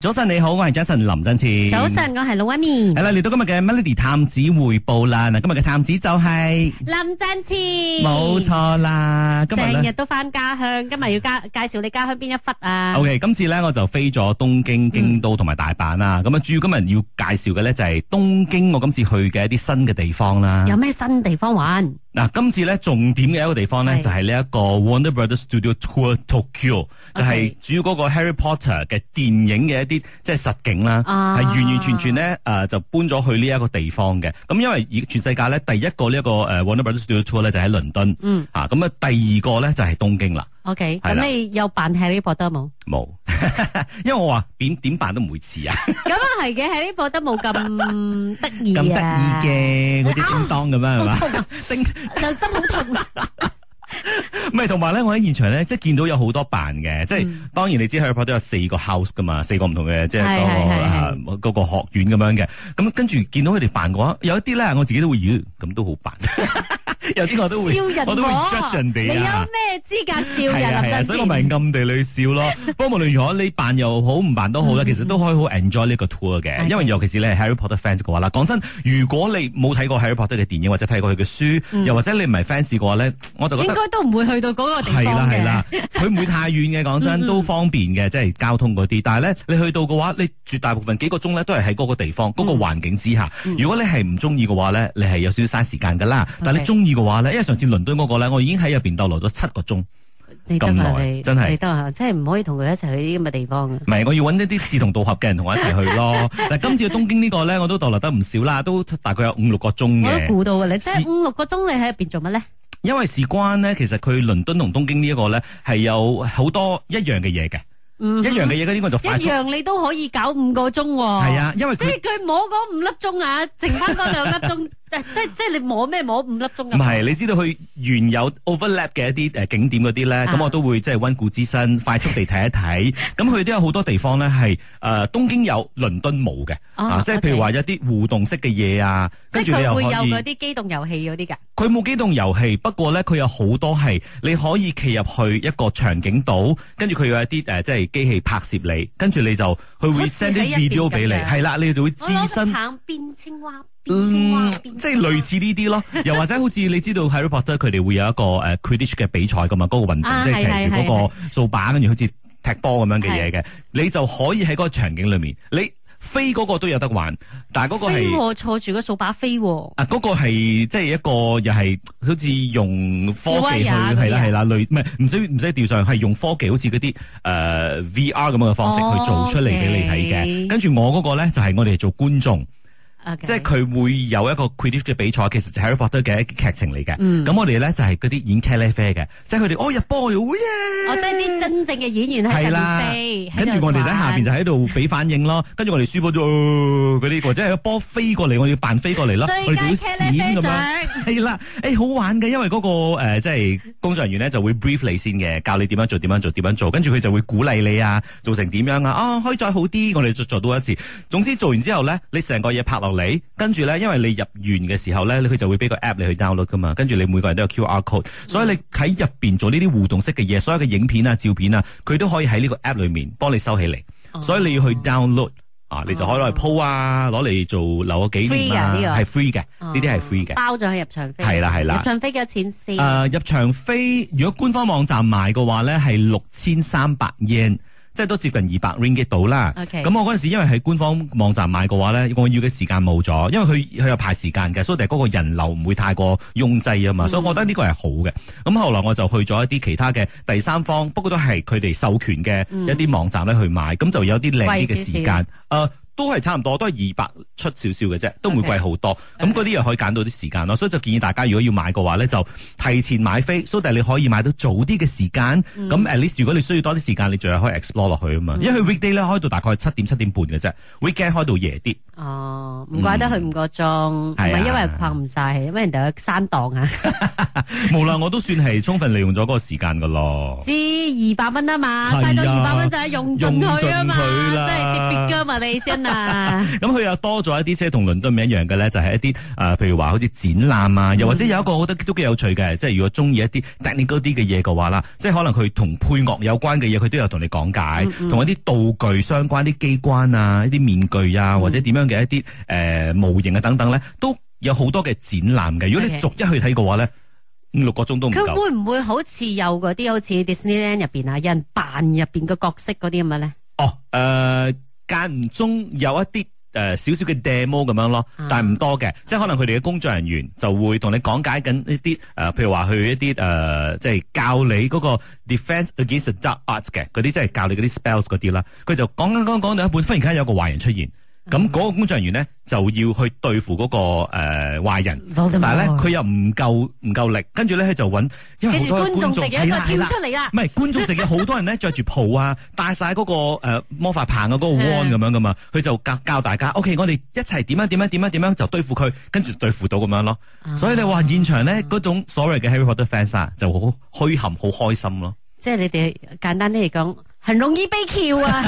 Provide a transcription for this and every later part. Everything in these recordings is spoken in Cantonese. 早晨你好，我係 Jason 林振前。早晨，我係老一面係啦，嚟到今日嘅 Melody 探子匯報啦。嗱，今日嘅探子就係林振次，冇，錯啦。今日成日咧都翻家鄉，今日要家介紹你家鄉邊一忽啊？ ，OK，今次咧我就飛咗東嗯京、京都同埋大阪啦。咁啊，主要今日要介紹嘅咧就係東京，我今次去嘅一啲新嘅地方啦。有咩新地方玩？嗱，今次咧重點嘅一個地方咧係就係呢一個 Warner Brothers Studio Tour Tokyo，就係 OK 主要嗰個 Harry Potter 嘅電影嘅一啲即係實景啦，啊係完完全全咧誒就搬咗去呢一個地方嘅。咁因為而全世界咧第一個呢一個誒 Warner Brothers Studio Tour 咧就喺倫敦，嗯啊咁啊第二個咧就係東京啦， ，OK，係啦咁你有扮 Harry Potter 冇？冇，因為我話點點辦都唔會似啊，咁啊係嘅，Harry Potter 冇咁得意咁得意啊，嘅嗰啲叮當咁樣係嘛？叮就心好痛。 唔係，同埋咧，我喺現場咧，即係見到有好多扮嘅，即係、當然你知 Harry Potter 都有四個 house 噶嘛，四個唔同嘅即係嗯係係係嗰、個啊嗰個學院咁樣嘅。咁跟住見到佢哋扮嘅話，有一啲咧我自己都會，咦，咁都好扮。 有啲我都會，笑人我都會 judge 人你有哋啊。咩資格笑係啊係啊，人？林所以我振咪次，暗地裏笑 咯。不過無論如何，你扮又好唔扮都好啦，其實都可以好 enjoy 呢個 tour 嘅。嗯係因為尤其是你係 Harry Potter fans 嘅話啦，講真，如果你冇睇過 Harry Potter 嘅電影或者睇過佢嘅書，嗯又或者你唔係 fans 嘅話咧，我就覺應得。該都唔會去到嗰個地係啦方係嘅 嗯啦。，佢唔會太遠嘅，講真都方便嘅，即係交通嗰啲。但係咧，你去到嘅話，你絕大部分幾個鐘咧都係喺嗰個地方、嗰、嗯個環境之下。如果你係唔中意嘅話咧，你係有少少嘥時間㗎啦。但係你 OK 中意嘅話咧，因為上次倫敦嗰個咧，我已經喺入邊逗留咗七個鐘。你得咁啊耐你真係你得啊，真係唔可以同佢一齊去啲咁嘅地方啊。唔係，我要揾一啲志同道合嘅人同我一齊去 咯。嗱，今次去東京呢個咧，我都逗留得唔少啦，都大概有五六個鐘我嘅都。估到啊！你即係是五六個鐘，你喺入邊做乜咧？因為事關咧，其實佢倫敦同東京呢一個咧係有好多一樣嘅嘢嘅，嗯一樣嘅嘢嗰啲我就快一速。樣你都可以搞五個鐘喎。係，啊，因為即佢。係佢摸嗰五粒鐘啊，剩翻嗰兩粒 鐘，誒即係即係你摸咩摸五粒鐘唔咁。係，你知道佢原有 overlap 嘅一啲誒景點嗰啲咧，咁、啊我都會即係温故知 新，快速地睇一睇。咁佢都有好多地方咧係誒東京有，倫敦冇嘅，哦啊，即係譬如 OK 話有啲互動式嘅嘢啊，即跟住係你佢又可會有以嗰。啲機動遊戲嗰啲㗎。佢冇機動遊戲，不過咧佢有好多係你可以企入去一個場景度，跟住佢有一啲誒、呃即係機器拍攝你，跟住你就佢會好似 send 喺啲入邊 video 俾你，咁樣係啦，你就會我置攞身個。棒變青蛙，變青蛙嗯，，變青蛙即係類。似呢 啲咯，又或者好似你知道 Harry Potter 佢哋會有一個誒 Quidditch 嘅比賽噶嘛，嗰、個運動、啊即係係騎住嗰係係個掃把，跟住好似踢波咁樣嘅嘢嘅，你就可以喺嗰個場景裏面，你飛嗰個都有得玩，但係嗰個飛係。喎，坐住個掃把飛喎。啊，嗰、個係即係一個又係好似用科技去吊威亞嗰啲啊係啦係啦，類唔係唔使唔使吊上，係用科技好似嗰啲誒 VR 咁樣嘅方式去做出嚟俾你睇嘅。哦哦，OK 跟住我嗰個咧就係、我哋做觀眾。 OK 即係佢會有一個 Quidditch 嘅比賽，其實就係 Harry Potter 嘅一啲劇情嚟嘅。咁、嗯我哋咧就係嗰啲演 c a l i f e 嘅，即係佢哋哦入波我哋我即係耶！啲真正嘅演員喺係上啦面飛，跟住我哋喺下邊邊就喺度俾反應咯，跟住我哋輸波咗哦嗰啲，或者係個波飛過嚟，我哋要扮飛過嚟咯，我最哋就佳要閃茄喱啡咁樣。獎。係啦，誒、好玩嘅，因為嗰、個誒、即係工作人員咧就會 brief 你先嘅，教你點樣做，點樣做，點樣做，跟住佢就會鼓勵你啊，做成點樣啊，啊可以再好啲，我哋再做到一次。總之做完之後咧，你成個嘢拍落嚟，跟住咧，因為你入園嘅時候咧，佢就會俾個 app 你去 download 噶嘛，跟住你每個人都有 QR code，所以你喺入邊做呢啲互動式嘅嘢，所有嘅影片啊、照片啊，佢都可以喺呢個 app 裏面幫你收起嚟，哦所以你要去 download。啊！你就可以攞嚟 po 啊，攞嚟做留個紀念啊， Free 㗎呢個係 free 嘅，呢啲係 free 嘅。包咗喺入場飛。係啦係啦入場飛幾多錢先誒、？呃入場飛，如果官方網站買嘅話咧，係六千三百 yen，即係都接近二百 ringgit 到啦。 OK 咁我嗰陣時因為喺官方網站買嘅話咧，我要嘅時間冇咗，因為佢佢有排時間嘅，所以第嗰個人流唔會太過擁擠啊嗯嘛，所以我覺得呢個係好嘅。咁後來我就去咗一啲其他嘅第三方，不過都係佢哋授權嘅一啲網站咧去買，咁、就有啲靚啲嘅時間。嗯貴少誒、呃都係差唔多，都係二百出少少嘅啫，都唔會 OK 貴好多。咁嗰啲又可以揀到啲時間咯，所以就建議大家如果要買嘅話咧，就提前買飛，所以但係你可以買到早啲嘅時間。咁 at least 如果你需要多啲時間，你仲有可以 explore 落去啊嘛。因為佢 weekday 咧開到大概七點七點半嘅啫，weekend 開到夜啲，哦，唔怪得佢五個鐘，唔係啊係因為拍唔晒，係因為人哋有三檔啊，無論我都算係充分利用咗嗰個時間噶咯。知二百蚊啊嘛，係啊嘥咗二百蚊就係用盡佢啊用嘛，盡佢啦真係別別噶嘛你 先啊，嗯咁佢又多咗一啲，即係同倫敦唔一樣嘅咧，就係、一啲誒、呃譬如話好似展覽啊，又或者有一個我覺得都幾有趣嘅，即係如果中意一啲 technical 啲嘅嘢嘅話啦，即係可能佢同配樂有關嘅嘢，佢都有同你講解，同、一啲道具相關、啲機關啊、一啲面具啊，或者點樣嘅一啲誒、呃模型啊等等咧，都有好多嘅展覽嘅。如果你 Okay 逐一去睇嘅話咧，五六個鐘都唔佢夠。會唔會好似有嗰啲好似 Disneyland 入邊啊，有人扮入邊嘅角色嗰啲咁嘅咧？哦，誒、間唔中有一啲。誒少少嘅 demo 咁樣咯啊，但係唔多嘅，即係可能佢哋嘅工作人員就會同你講解緊一啲誒、呃譬如話去一啲誒、呃即係教你嗰個 defense against the dark arts 嘅嗰啲，即係教你嗰啲 spells 嗰啲啦。佢就講緊講緊講到一半，忽然間有個壞人出現，嗯咁嗰個工作人員咧就要去對付嗰、個誒、呃、壞人，但係咧哦佢又唔夠唔夠力，跟住咧佢就揾因為跟好住多觀觀眾席眾有一個係啦係啊跳啦出嚟啦唔，係觀眾席有好多人咧着住袍啊，戴晒嗰個呃魔法棒嘅嗰個 wand 咁樣噶嘛，嗯佢就教教大家，OK，我哋一齊點樣啊點樣點樣點樣就對付佢，跟住對付到咁樣咯。啊所以你話現場咧嗰種所謂嘅 Harry Potter fans 啊，就好虛冚，好開心 咯。即係你哋簡單啲嚟講，很容易被撬啊。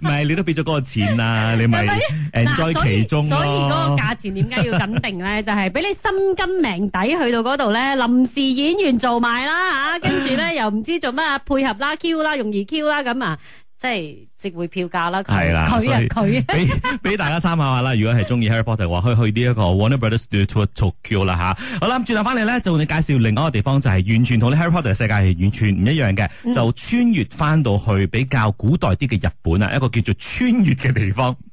唔係你都俾咗嗰個錢啦，你咪係 enjoy 所其以中所以嗰個咯。價錢點解要咁定咧？就係俾你心甘命抵去到嗰度咧，臨時演員做埋啦嚇，啊跟住 咧又唔知做乜啊，配合啦 Q 啦，容易 Q 啦咁啊，即係值回票價啦。佢係啦佢啊所佢啊俾俾大家參考下啦，如果係中意 Harry Potter 嘅話，可以去呢一個 Warner Brothers Studio Tour Tokyo 啦吓。好啦，咁轉頭翻嚟咧，就會介紹另外一個地方，就係、完全同你 Harry Potter 嘅世界係完全唔一樣嘅，就穿越翻到去比較古代啲嘅日本啊，一個叫做穿越嘅地方。嗯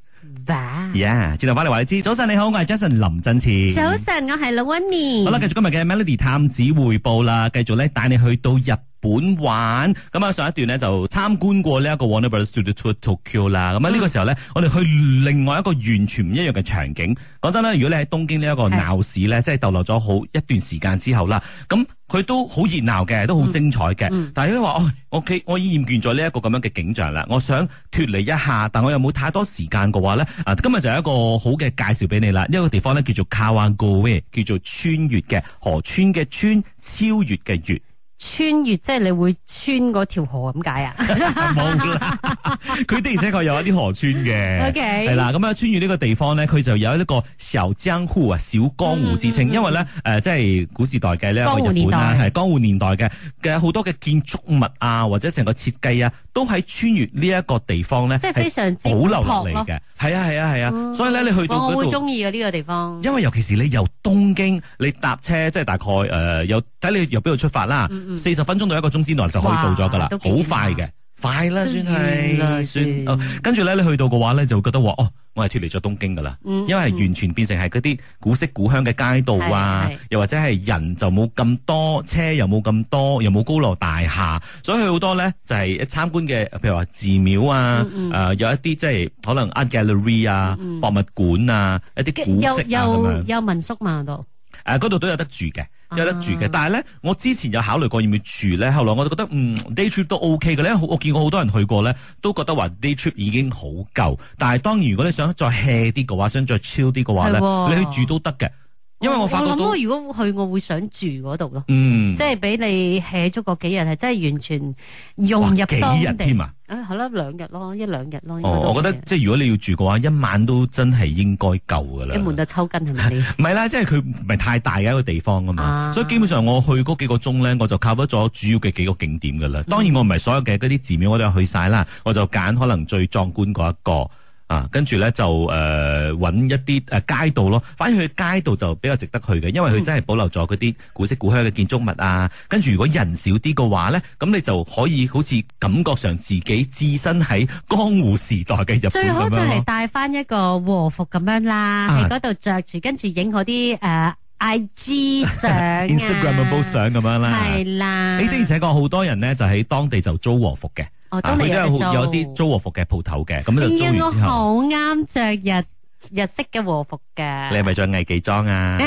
哇 Yeah，轉頭翻嚟話你知，早晨你好，我係 Jason 林振前。早晨，我係老温妮好。啦，繼續今日嘅 Melody 探子匯報啦，繼續咧帶你去到日本玩。咁啊，上一段咧就參觀過呢一個 Warner Brothers Studio Tour Tokyo 啦。咁啊，呢個時候咧，我哋去另外一個完全唔一樣嘅場景。講真啦，如果你喺東京呢一個係鬧市咧，即係逗留咗好一段時間之後啦，咁佢都好熱鬧嘅，都好精彩嘅。但係因為話，哦，OK，我已經厭倦咗呢一個咁樣嘅景象啦，我想脱離一下，但我又冇太多時間嘅話咧，啊，今日就有一個好嘅介紹俾你啦。呢、一個地方咧叫做 Kawagoe，叫做穿越嘅河川嘅川，超越嘅越。穿越即係你會穿嗰條河咁解啊？冇啦，佢的而且確有一啲河川嘅。 OK 係啦，咁啊，穿越呢個地方咧，佢就有一個小江湖啊，小嗯江湖之稱，因為咧，誒、即係古時代嘅呢一個日本啦，江湖年代係江湖年代嘅嘅好多嘅建築物啊，或者成個設計啊，都喺穿越呢一個地方咧，即係非常之保留落古樸嚟咯嘅。係啊，係啊，係啊，嗯所以咧，你去到我嗰會度。中意嘅啊呢個地方。因為尤其是你由東京，你搭車即係大概誒、呃由睇你由邊度出發啦，四十、分鐘到一個鐘之內就可以到咗噶啦，哇都好幾嗯遠啊快嘅，快啦都算遠啦係，算算哦跟住咧你去到嘅話咧，就會覺得話哦，我係脱離咗東京噶啦，嗯因為係完全變成係嗰啲古色古香嘅街道啊係係，又或者係人就冇咁多，車又冇咁多，又冇高樓大廈，所以佢好多咧就係、參觀嘅，譬如話寺廟啊，誒、嗯有一啲即係可能 art gallery 啊、博物館啊，一啲古有跡啊咁樣有。有民宿嘛度？誒嗰度都有得住嘅，有得住嘅啊。但係咧，我之前有考慮過要唔要住咧，後來我就覺得嗯 day trip 都 OK 嘅咧。好我見過好多人去過咧，都覺得話 day trip 已經好夠。但係當然，如果你想再 hea 啲嘅話，想再 chill 啲嘅話係喎咧，你去住都得嘅，因為我發覺諗到我如果去，我會想住嗰度咯。嗯，即係俾你 hea 足嗰幾日，係真係完全融哇入當幾日添地。啊！誒係咯，兩日咯，一兩日咯。應該哦，都我覺得 OK 即係如果你要住嘅話，一晚都真係應該夠㗎啦。嘅一悶到抽筋係 咪你？唔係啦，即係佢唔係太大嘅一個地方啊嘛，啊所以基本上我去嗰幾個鐘咧，我就靠得咗主要嘅幾個景點噶啦。嗯當然我唔係所有嘅嗰啲寺廟我都有去晒啦，我就揀可能最壯觀嗰一個。啊，跟住咧就誒揾、一啲誒、呃街道咯，反而佢街道就比較值得去嘅，因為佢真係保留咗嗰啲古色古香嘅建築物啊。跟住如果人少啲嘅話咧，咁你就可以好似感覺上自己置身喺江湖時代嘅日本最好咁就樣係咯。帶翻一個和服咁樣啦，啊喺嗰度着住，跟住影嗰啲誒 IG 相啊 Instagramable 相咁樣啦。係啦。呢的而且確好多人咧就喺當地就租和服嘅，我啊都佢未都有做有啲。租和服嘅鋪頭嘅，咁就租哎呀我完之後，好啱着日日式嘅和服嘅。你係咪着藝伎裝 啊？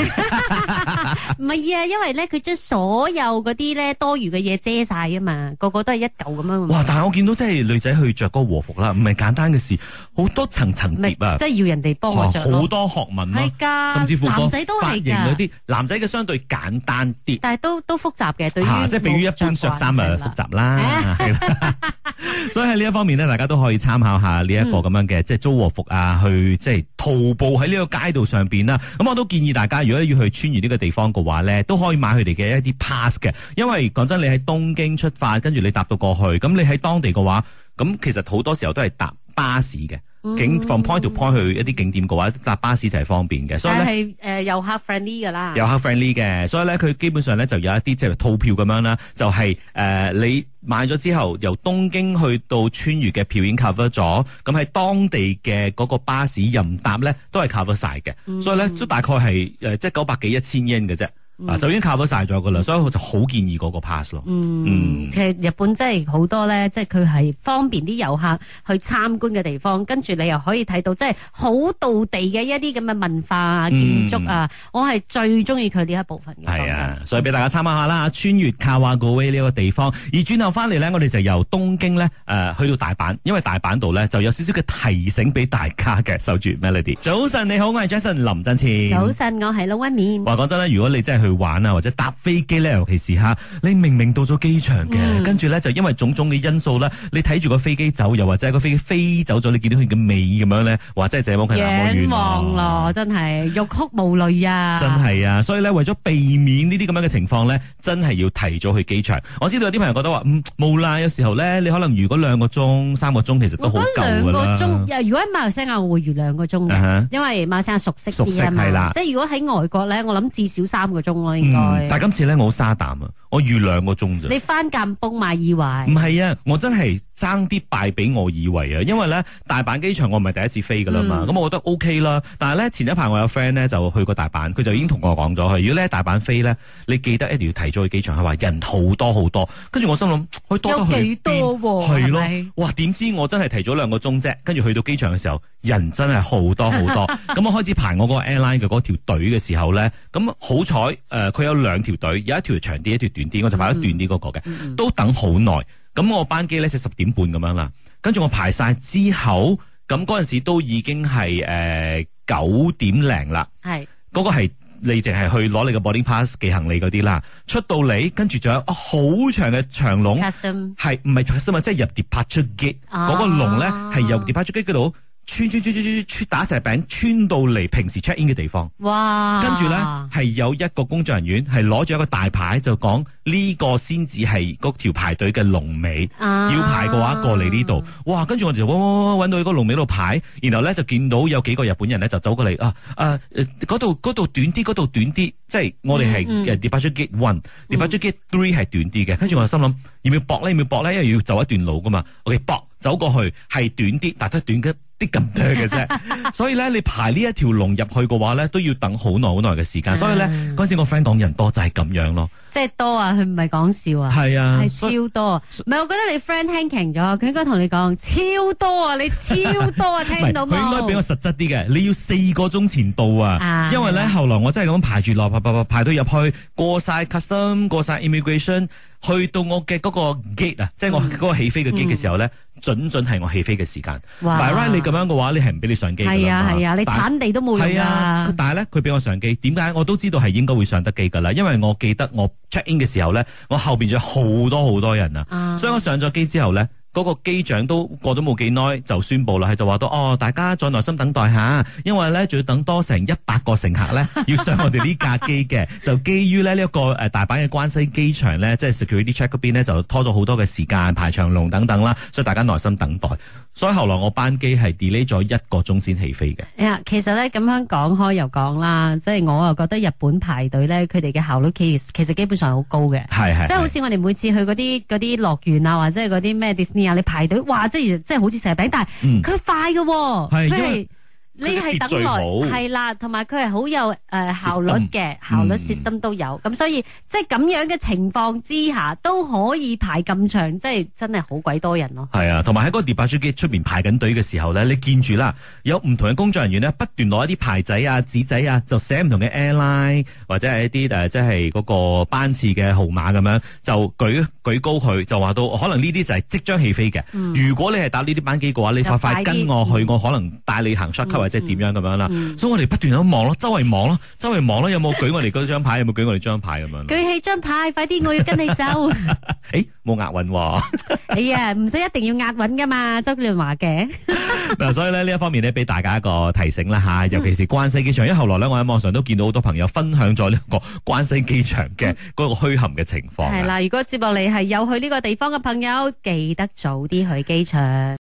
唔係啊，因為咧佢將所有嗰啲咧多餘嘅嘢遮晒啊嘛，個個都係一嚿咁樣。哇！但係我見到真係女仔去着嗰個和服啦，唔係簡單嘅事，好多層層唔係疊啊，即係要人哋幫我着好咯。多學問咯係，㗎，甚至乎個男仔都髮係型嗰㗎，啲，男仔嘅相對簡單啲。但係都都複雜嘅，對於啊即係比於一般着衫啊複雜 啦，係啦 所以喺呢一方面咧，大家都可以參考下呢一嗯個咁樣嘅即係租和服啊，去即係徒步喺呢個街道上邊啦。咁我都建議大家，如果要去川渝呢個地方嘅話咧，都可以買佢哋嘅一啲 pass 嘅，因為講真，你喺東京出發，跟住你搭到過去，咁你喺當地嘅話，咁其實好多時候都係搭巴士嘅。景 from point to point 去一啲景點嘅話，搭巴士就係方便嘅，所以咧但。係誒遊客 friendly 㗎啦。遊客 friendly 嘅，所以咧佢基本上咧就有一啲即係套票咁樣啦，就係、呃你買咗之後，由東京去到川渝嘅票已經 cover 咗，咁喺當地嘅嗰個巴士任搭咧都係 cover 晒嘅，所以咧都大概係、呃、即係九百幾一千 yen 嘅啫，啊就已經 cover 晒咗噶啦，所以我就好建議嗰個 pass 咯。嗯，其實日本真係好多咧，即係佢係方便啲遊客去參觀嘅地方，跟住你又可以睇到即係好道地嘅一啲咁嘅文化啊、建嗯築啊，我係最中意佢呢一部分嘅。係講真啊，所以俾大家參考下啦，穿越卡瓦古威呢個地方。而轉頭翻嚟咧，我哋就由東京咧誒、呃去到大阪，因為大阪度咧就有少少嘅提醒俾大家嘅。守住 Melody，早晨你好，我係 Jason 林振前。早晨，我係老温面。話講真咧，如果你真係去玩啊，或者搭飛機咧，尤其是吓，你明明到咗機場嘅，嗯跟住咧就因為種種嘅因素咧，你睇住個飛機走，又或者個飛機飛走咗，你見到佢嘅尾咁樣咧，哇！真係這麼近那麼仰遠啊望啊咯，真係欲哭無淚啊！真係啊！所以咧，為咗避免呢啲咁樣嘅情況咧，真係要提早去機場。我知道有啲朋友覺得話，嗯，冇啦，有時候咧，你可能如果兩個鐘、三個鐘，其實都我好覺得夠兩噶個啦。鐘，如果喺馬來西亞，我會預兩個鐘啊嘅哈，因為馬來西亞熟悉啲啊熟悉係嘛啦。即係如果喺外國咧，我諗至少三個鐘咯，應嗯，但係該。今次咧，我好沙膽啊，我預兩個鐘咋。你翻間崩買耳唔環，係啊，我真係爭啲敗俾我以為啊，因為咧大阪機場我唔係第一次飛噶啦嘛，嗯咁、我覺得 O K 啦。但係咧前一排我有 friend 咧就去過大阪，佢就已經同我講咗，佢如果咧大阪飛咧，你記得一定要提早去機場，佢話人好多好多。跟住我心諗，可以多得去有幾多喎邊係係咪咯，哇！點知我真係提早兩個鐘啫，跟住去到機場嘅時候，人真係好多好 多。咁我開始排我嗰個 airline 嘅嗰條隊嘅時候咧，咁好彩誒，呃佢、有兩條隊，有一條長啲，一條短啲，我就排咗短啲嗰個嘅。嗯都等好耐。咁我班機咧，即十點半咁樣啦。跟住我排晒之後，咁嗰陣時都已經係誒九點零啦。係嗰、個係你淨係去攞你個 boarding pass 寄行李嗰啲啦。出到嚟，跟住仲有哦好長嘅長龍， custom 係唔係 custom 啊？即係入 departure gate 啊嗰個龍咧，係由 departure gate 嗰度穿穿穿穿穿穿打石餅穿到嚟平時 check in 嘅地方。哇！跟住咧係有一個工作人員係攞住一個大牌，就講呢個先至係嗰條排隊嘅龍尾。啊要排嘅話過嚟呢度，哇！跟住我哋就揾揾揾揾到個龍尾度排，然後咧就見到有幾個日本人咧就走過嚟啊啊！呃嗰度嗰度短啲，嗰度短啲，即係我哋係嗯嗯嗯呃 departure gate one，departure gate three 係短啲嘅。跟住我就心諗要唔要搏咧？要唔要搏咧？因為要走一段路噶嘛。OK，搏走過去係短啲，但係都係短一啲咁多嘅 啫。所以咧，你排呢一條龍入去嘅話咧，都要等好耐好耐嘅時間。所以咧嗯，嗰陣時我 friend 講人多就係咁樣咯。即係多啊，佢唔係講笑啊。係啊，所以係超多，唔係我覺得你 friend 輕強咗，佢應該同你講超多啊，你超多啊， 唔係聽到佢應該冇？俾我實質啲嘅，你要四個鐘前到啊啊！因為咧，後來我真係咁排住落排排排排到入去，過晒 custom，過晒 immigration，去到我嘅嗰個 gate 啊，即係我嗯嗰個起飛嘅 gate 嘅時候咧，準準係我起飛嘅時間。哇 by right 你咁樣嘅話，你係唔俾你上機㗎啦係啊嘛係啊，你但產地都冇係用啊，佢啊，但係咧，佢俾我上機，點解我都知道係應該會上得機㗎啦？因為我記得我 check in 嘅時候咧，我後邊仲有好多好多人啊，啊所以我上咗機之後咧。嗰個機長都過咗冇幾耐就宣布啦，係就話到哦，大家再耐心等待下，因為咧仲要等多成一百個乘客咧 要上我哋呢架機嘅，就基於咧呢一個誒大阪嘅關西機場咧，即係 security check 嗰邊咧就拖咗好多嘅時間排長龍等等啦，所以大家耐心等待。所以後來我班機係 delay 咗一個鐘先起飛嘅。哎呀其實咧咁樣講開又講啦，即係我又覺得日本排隊咧，佢哋嘅效率其實其實基本上係好高嘅。係係，即係好係似我哋每次去嗰啲嗰啲樂園啊，或者係嗰啲咩 Disney 啊，你排隊，哇！即係即係好似蛇餅，但係嗯佢快嘅喎，係佢因係為你佢係嘅秩等序耐，好係啦，同埋佢係好有诶效率嘅，效嗯率 system 都有，咁所以即係咁樣嘅情況之下，都可以排咁長，即係真係好鬼多人咯。係啊，同埋喺嗰個 d e p a r t u 機出面排緊隊嘅時候咧，你見住啦，有唔同嘅工作人員咧，不斷攞一啲牌仔啊、紙仔啊，就寫唔同嘅 airline 或者係一啲誒、呃即係嗰個班次嘅號碼咁樣，就舉舉高佢，就話到可能呢啲就係即將起飛嘅。嗯如果你係搭呢啲班機嘅話，你快快就快啲跟我去，嗯我可能帶你行 shortcut 嗯或者點樣咁樣啦。嗯所以我哋不斷咁望咯，周圍望咯，周圍望咯，有冇舉我哋嗰張牌，有冇舉我哋張牌咁樣咯？舉起張牌，快啲！我要跟你走。誒，冇押韻喎。哎呀，唔使一定要押韻噶嘛，周杰倫話嘅。嗱，所以咧呢一方面咧，俾大家一個提醒啦吓，尤其是關西機場，因為後來咧，我喺網上都見到好多朋友分享咗呢個關西機場嘅嗰個虛陷嘅情況啊。係啦，如果接落嚟係有去呢個地方嘅朋友，記得早啲去機場。